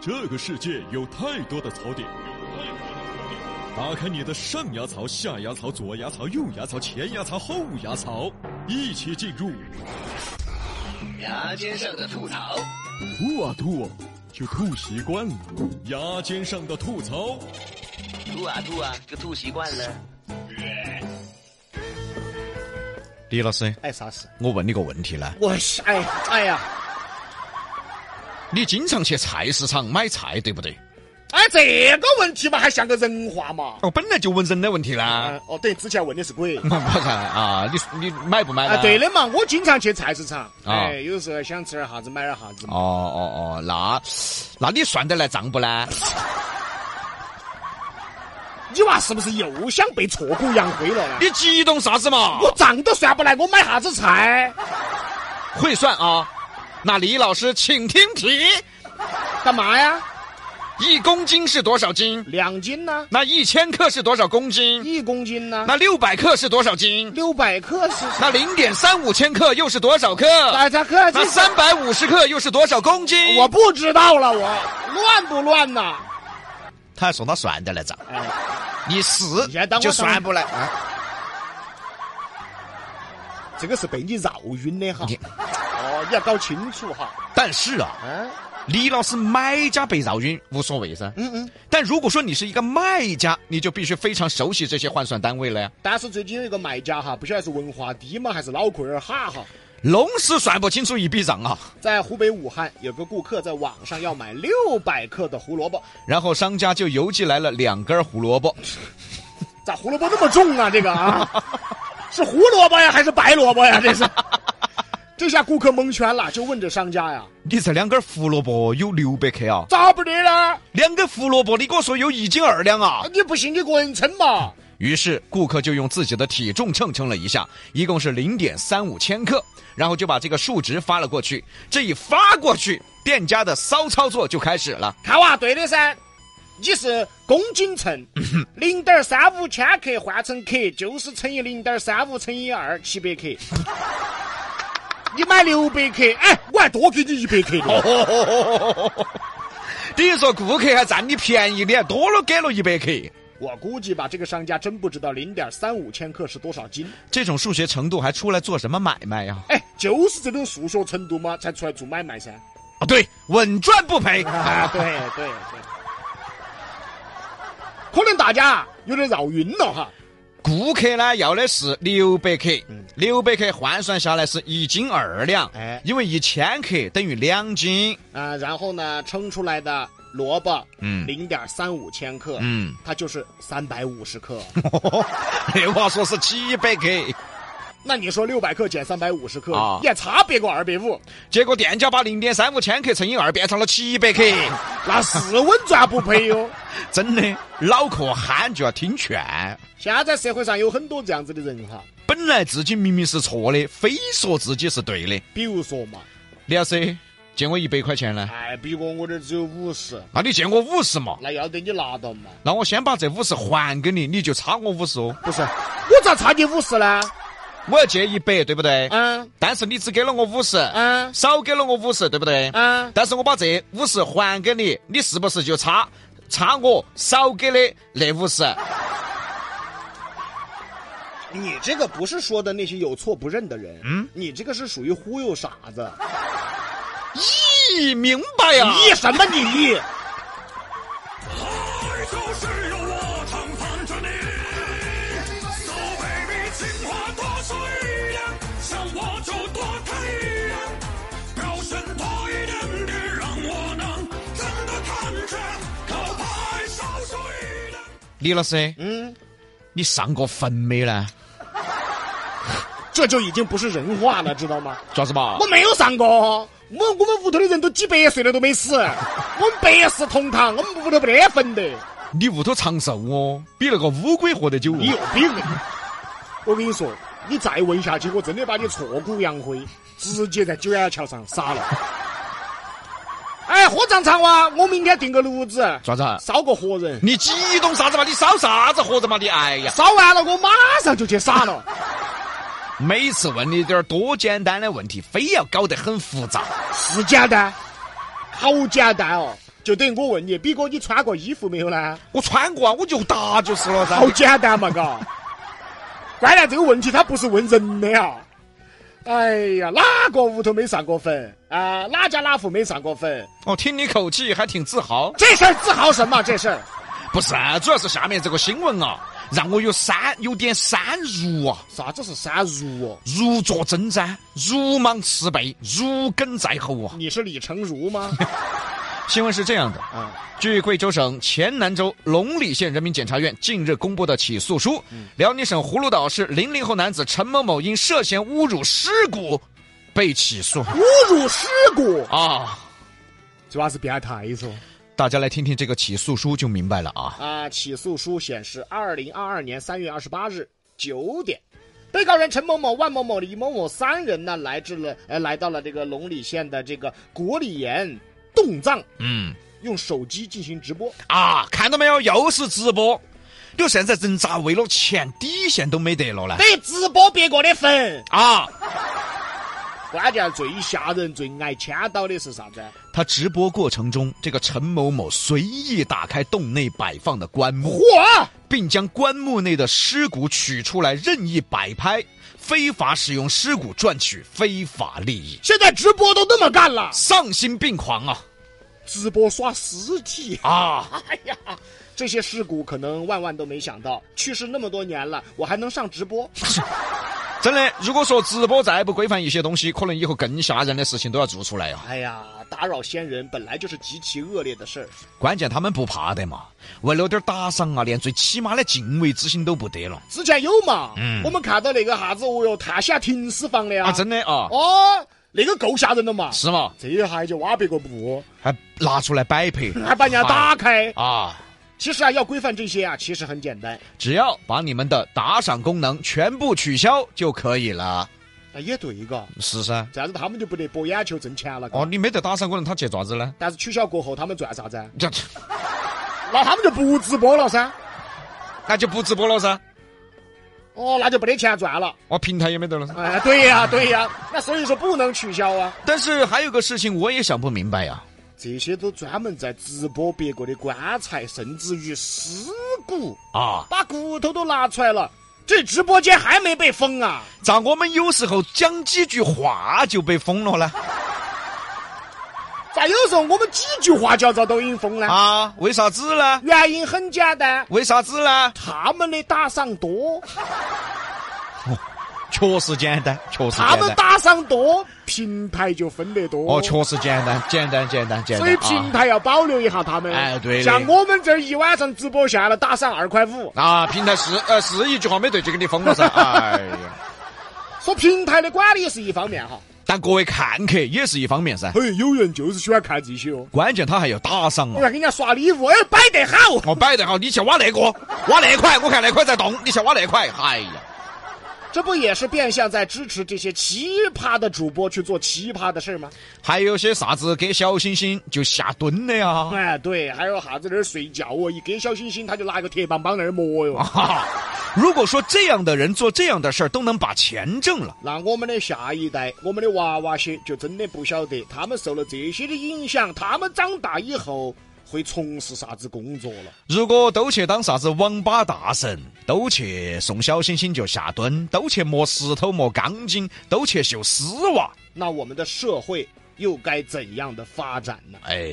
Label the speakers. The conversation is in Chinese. Speaker 1: 这个世界有太多的槽点，打开你的上牙槽、下牙槽、左牙槽、右牙槽、前牙槽、后牙槽，一起进入
Speaker 2: 牙尖上的吐槽，
Speaker 1: 吐啊吐啊，就吐习惯了。牙尖上的吐槽，
Speaker 2: 吐啊吐啊，就吐习惯了。
Speaker 3: 李老师，
Speaker 4: 哎，啥事？
Speaker 3: 我问你个问题呢，
Speaker 4: 我是哎哎呀，
Speaker 3: 你经常去菜市场买菜，对不对？
Speaker 4: 哎，这个问题嘛，还像个人话嘛？
Speaker 3: 我哦本来就问人的问题啦。
Speaker 4: 嗯，哦，对，之前问的是鬼。
Speaker 3: 我看啊，你你买不买
Speaker 4: 啊
Speaker 3: 呢？，
Speaker 4: 对。的嘛，我经常去菜市场，
Speaker 3: 啊
Speaker 4: 哎，有时候想吃点啥子买点啥子
Speaker 3: 哦。哦哦，那那你算得来账不呢？
Speaker 4: 你娃是不是又想被挫骨扬灰了呢？
Speaker 3: 你激动啥子嘛？
Speaker 4: 我账都算不来，我买啥子菜？
Speaker 3: 会算啊。那李老师，请听题：
Speaker 4: 干嘛呀？
Speaker 3: 一公斤是多少斤？
Speaker 4: 两斤呢？
Speaker 3: 那一千克是多少公斤？
Speaker 4: 一公斤呢？
Speaker 3: 那六百克是多少斤？
Speaker 4: 六百克是？
Speaker 3: 那零点三五千克又是多少克？
Speaker 4: 大家克
Speaker 3: 那
Speaker 4: 哎这
Speaker 3: 三百五十克又是多少公斤？
Speaker 4: 我不知道了，我乱不乱呐？
Speaker 3: 他还说他算得来账，
Speaker 4: 哎，
Speaker 3: 你是
Speaker 4: 你先等我
Speaker 3: 就算不来。啊
Speaker 4: 这个是被你绕晕的哈
Speaker 3: 你。
Speaker 4: 哦，你要搞清楚哈。
Speaker 3: 但是啊，
Speaker 4: 嗯
Speaker 3: 李老师买家被绕晕无所谓噻，
Speaker 4: 嗯嗯。
Speaker 3: 但如果说你是一个卖家，你就必须非常熟悉这些换算单位了呀。
Speaker 4: 但是最近有一个卖家哈，不晓得是文化低嘛还是脑壳儿哈哈，
Speaker 3: 龙是算不清楚一笔账啊。
Speaker 4: 在湖北武汉有个顾客在网上要买六百克的胡萝卜，
Speaker 3: 然后商家就邮寄来了两根胡萝卜，
Speaker 4: 咋胡萝卜那么重啊？这 个啊，是胡萝卜呀还是白萝卜呀？这是，这下顾客蒙圈了，就问这商家呀，
Speaker 3: 你这两根胡萝卜有六百克啊？
Speaker 4: 咋不得了？
Speaker 3: 两根胡萝卜你跟我说有一斤二两啊？
Speaker 4: 你不信你个人称嘛？
Speaker 3: 于是顾客就用自己的体重秤称了一下，一共是零点三五千克，然后就把这个数值发了过去。这一发过去，店家的骚操作就开始了。
Speaker 4: 看哇，对的噻，你是公斤秤，零点三五千克换成克就是乘以零点三五乘以二，七百克。你买六百克，哎，我还多给你一百克的。
Speaker 3: 等于说顾客还占你便宜，你还多了给了一百克。
Speaker 4: 我估计吧，这个商家真不知道零点三五千克是多少斤。
Speaker 3: 这种数学程度还出来做什么买卖呀？
Speaker 4: 哎，就是这种数学程度嘛，才出来做买卖噻。
Speaker 3: 啊，对，稳赚不赔。
Speaker 4: 啊，对对对。可能大家有点绕晕了哈。
Speaker 3: 顾客呢要的是六百克，六百克换算下来是一斤二两，
Speaker 4: 哎
Speaker 3: 因为一千克等于两斤。
Speaker 4: 啊、然后呢，称出来的萝卜，
Speaker 3: 嗯
Speaker 4: 零点三五千克，
Speaker 3: 嗯，
Speaker 4: 它就是三百五十克。
Speaker 3: 那话说是七百克，
Speaker 4: 那你说六百克减三百五十克
Speaker 3: 啊，
Speaker 4: 也差别个二百五，
Speaker 3: 结果店家把零点三五千克乘以二变成了七百克，
Speaker 4: 那是稳赚不赔哟。
Speaker 3: 真的脑壳憨就要听劝。
Speaker 4: 现在社会上有很多这样子的人哈，
Speaker 3: 本来自己明明是错的，非说自己是对的。
Speaker 4: 比如说嘛，
Speaker 3: 李老师，借我一百块钱呢？
Speaker 4: 哎，比哥我这儿只有五十，
Speaker 3: 那你借我五十嘛？
Speaker 4: 那要得你拿到嘛？
Speaker 3: 那我先把这五十还给你，你就差我五十哦。
Speaker 4: 不是，我咋差你五十呢？
Speaker 3: 我要借一百，对不对？
Speaker 4: 嗯
Speaker 3: 但是你只给了我五十，
Speaker 4: 嗯
Speaker 3: 少给了我五十，对不对？
Speaker 4: 嗯，
Speaker 3: 但是我把这五十还给你，你是不是就差差我少给的那五十？
Speaker 4: 你这个不是说的那些有错不认的人，嗯，你这个是属于忽悠傻子。
Speaker 3: 咦，明白啊呀、
Speaker 4: 你什么你？
Speaker 5: 就是有我常伴着你。So baby，情话多说一点，想我就多看一眼，表现多一点，别让我能真的看见，哪怕爱少说一点。
Speaker 3: 李老师，
Speaker 4: 嗯，
Speaker 3: 你上过坟没呢？
Speaker 4: 这就已经不是人话了，知道吗？
Speaker 3: 啥子嘛
Speaker 4: 我没有上过，我我们屋头的人都几百岁了都没死，我们百世同堂，我们屋头没得坟的。
Speaker 3: 你屋头长寿哦，比那个乌龟活得久、哦。
Speaker 4: 你有病！啊我跟你说，你再问下去，我真的把你挫骨扬灰，直接在九眼桥上杀了。哎，火葬场哇，我明天订个炉子，
Speaker 3: 啥子啊？
Speaker 4: 烧个活人，
Speaker 3: 你激动啥子嘛？你烧啥子活着嘛？你哎呀！
Speaker 4: 烧完了我马上就去杀了。
Speaker 3: 每次问你点儿多简单的问题，非要搞得很复杂。
Speaker 4: 是简单，好简单哦，就等于我问你，比哥，你穿过衣服没有呢？
Speaker 3: 我穿过啊，我就答就是了噻
Speaker 4: 好。简单嘛，嘎。关键这个问题它不是问人的呀。哎呀，哪个屋头没上过坟啊？哪家哪户没上过坟？
Speaker 3: 哦，听你口气还挺自豪。
Speaker 4: 这事儿自豪什么？这事儿
Speaker 3: 不是啊，主要是下面这个新闻啊，让我有三有点三如啊，
Speaker 4: 啥子是三如哦？
Speaker 3: 如坐针毡，如芒刺背，如鲠在喉啊。
Speaker 4: 你是李成儒 吗？
Speaker 3: 新闻是这样的
Speaker 4: 啊，
Speaker 3: 据贵州省黔南州龙里县人民检察院近日公布的起诉书，辽宁省葫芦岛市零零后男子陈某某因涉嫌侮辱尸骨被起诉
Speaker 4: 侮辱尸骨，
Speaker 3: 啊。
Speaker 4: 主要是变态嗦。
Speaker 3: 大家来听听这个起诉书就明白了啊。
Speaker 4: 啊，起诉书显示，二零二二年三月二十八日九点，被告人陈某某、万某某、李某某三人呢，来至了呃，来到了这个龙里县的这个国里岩洞葬，
Speaker 3: 嗯
Speaker 4: 用手机进行直播。
Speaker 3: 啊，看到没有，又是直播。你说现在人咋为了钱底线都没得了呢？
Speaker 4: 得直播别个的坟，
Speaker 3: 啊，
Speaker 4: 关键最吓人、最挨千刀的是啥子？
Speaker 3: 他直播过程中，这个陈某某随意打开洞内摆放的棺木。
Speaker 4: 嚯！
Speaker 3: 并将棺木内的尸骨取出来任意摆拍，非法使用尸骨赚取非法利益，
Speaker 4: 现在直播都那么干了，
Speaker 3: 丧心病狂啊！
Speaker 4: 直播刷尸体。
Speaker 3: 啊，
Speaker 4: 哎呀，这些尸骨可能万万都没想到，去世那么多年了，我还能上直播。
Speaker 3: 真的，如果说直播再不规范一些东西，可能以后更吓人的事情都要做出来啊！
Speaker 4: 哎呀，打扰先人本来就是极其恶劣的事儿。
Speaker 3: 关键他们不怕的嘛，为了点打赏啊，连最起码的敬畏之心都不得了
Speaker 4: 之前有嘛，我们看到那个啥子哦哟，探险停尸房的
Speaker 3: 嗯
Speaker 4: 啊，
Speaker 3: 啊！真的啊，
Speaker 4: 哦，那个够吓人的嘛。
Speaker 3: 是嘛？
Speaker 4: 这一下就挖别个墓，
Speaker 3: 还拿出来摆拍，
Speaker 4: 还把人家打开。
Speaker 3: 啊！
Speaker 4: 其实啊，要规范这些啊，其实很简单。
Speaker 3: 只要把你们的打赏功能全部取消就可以了，
Speaker 4: 啊，也对个，
Speaker 3: 是噻。
Speaker 4: 这样子他们就不得博眼球挣钱了。
Speaker 3: 哦，
Speaker 4: 哦，
Speaker 3: 你没得打赏功能，他去咋子呢？
Speaker 4: 但是取消过后，他们赚啥子？啊？
Speaker 3: 这
Speaker 4: 那他们就不直播了噻。
Speaker 3: 那就不直播了噻，
Speaker 4: 哦，那就没得钱赚了。
Speaker 3: 哦，平台也没得了噻。
Speaker 4: 哎，对呀、对呀、那所以说不能取消啊。
Speaker 3: 但是还有个事情我也想不明白呀、
Speaker 4: 这些都专门在直播别个的棺材，甚至于尸骨，
Speaker 3: 啊，
Speaker 4: 把骨头都拿出来了。这直播间还没被封啊？
Speaker 3: 咋我们有时候讲几句话就被封了呢？
Speaker 4: 咋有时候我们几句话就要遭抖音封呢？
Speaker 3: 啊，为啥子呢？
Speaker 4: 原因很简单，
Speaker 3: 为啥子呢？
Speaker 4: 他们的打赏多，
Speaker 3: 确实简单，确实
Speaker 4: 他
Speaker 3: 简
Speaker 4: 们
Speaker 3: 单。
Speaker 4: 打赏多，平台就分得多。
Speaker 3: 哦，确实简单，简单，简单，简
Speaker 4: 所以
Speaker 3: 单
Speaker 4: 平台要保留一下他们。
Speaker 3: 哎对的
Speaker 4: 像我们这儿一晚上直播下来打赏二块五，
Speaker 3: 啊！啊，平台是呃是一句话没对就给你封了 噻。哎呀，
Speaker 4: 说平台的管理是一方面哈。
Speaker 3: 但各位看客也是一方面噻，
Speaker 4: 嘿，有人就是喜欢看这些哦。
Speaker 3: 关键他还要打赏
Speaker 4: 我
Speaker 3: 哦。
Speaker 4: 要给人家刷礼物，哎，摆得好。
Speaker 3: 我摆得好，你去挖那个，挖那块，我看那块在动，你去挖那块。哎呀，
Speaker 4: 这不也是变相在支持这些奇葩的主播去做奇葩的事儿吗？
Speaker 3: 还有些啥子给小星星就下蹲的呀？
Speaker 4: 哎，对，还有啥子那儿睡觉哦，一给小星星他就拿个铁棒棒那儿磨哟。
Speaker 3: 啊，如果说这样的人做这样的事儿都能把钱挣了，
Speaker 4: 那我们的下一代，我们的娃娃些就真的不晓得，他们受了这些的影响，他们长大以后会从事啥子工作了？
Speaker 3: 如果都去当啥子网吧大神，都去送小星星就下蹲，都去磨石头磨钢筋，都去绣丝袜，
Speaker 4: 那我们的社会又该怎样的发展呢？
Speaker 3: 哎，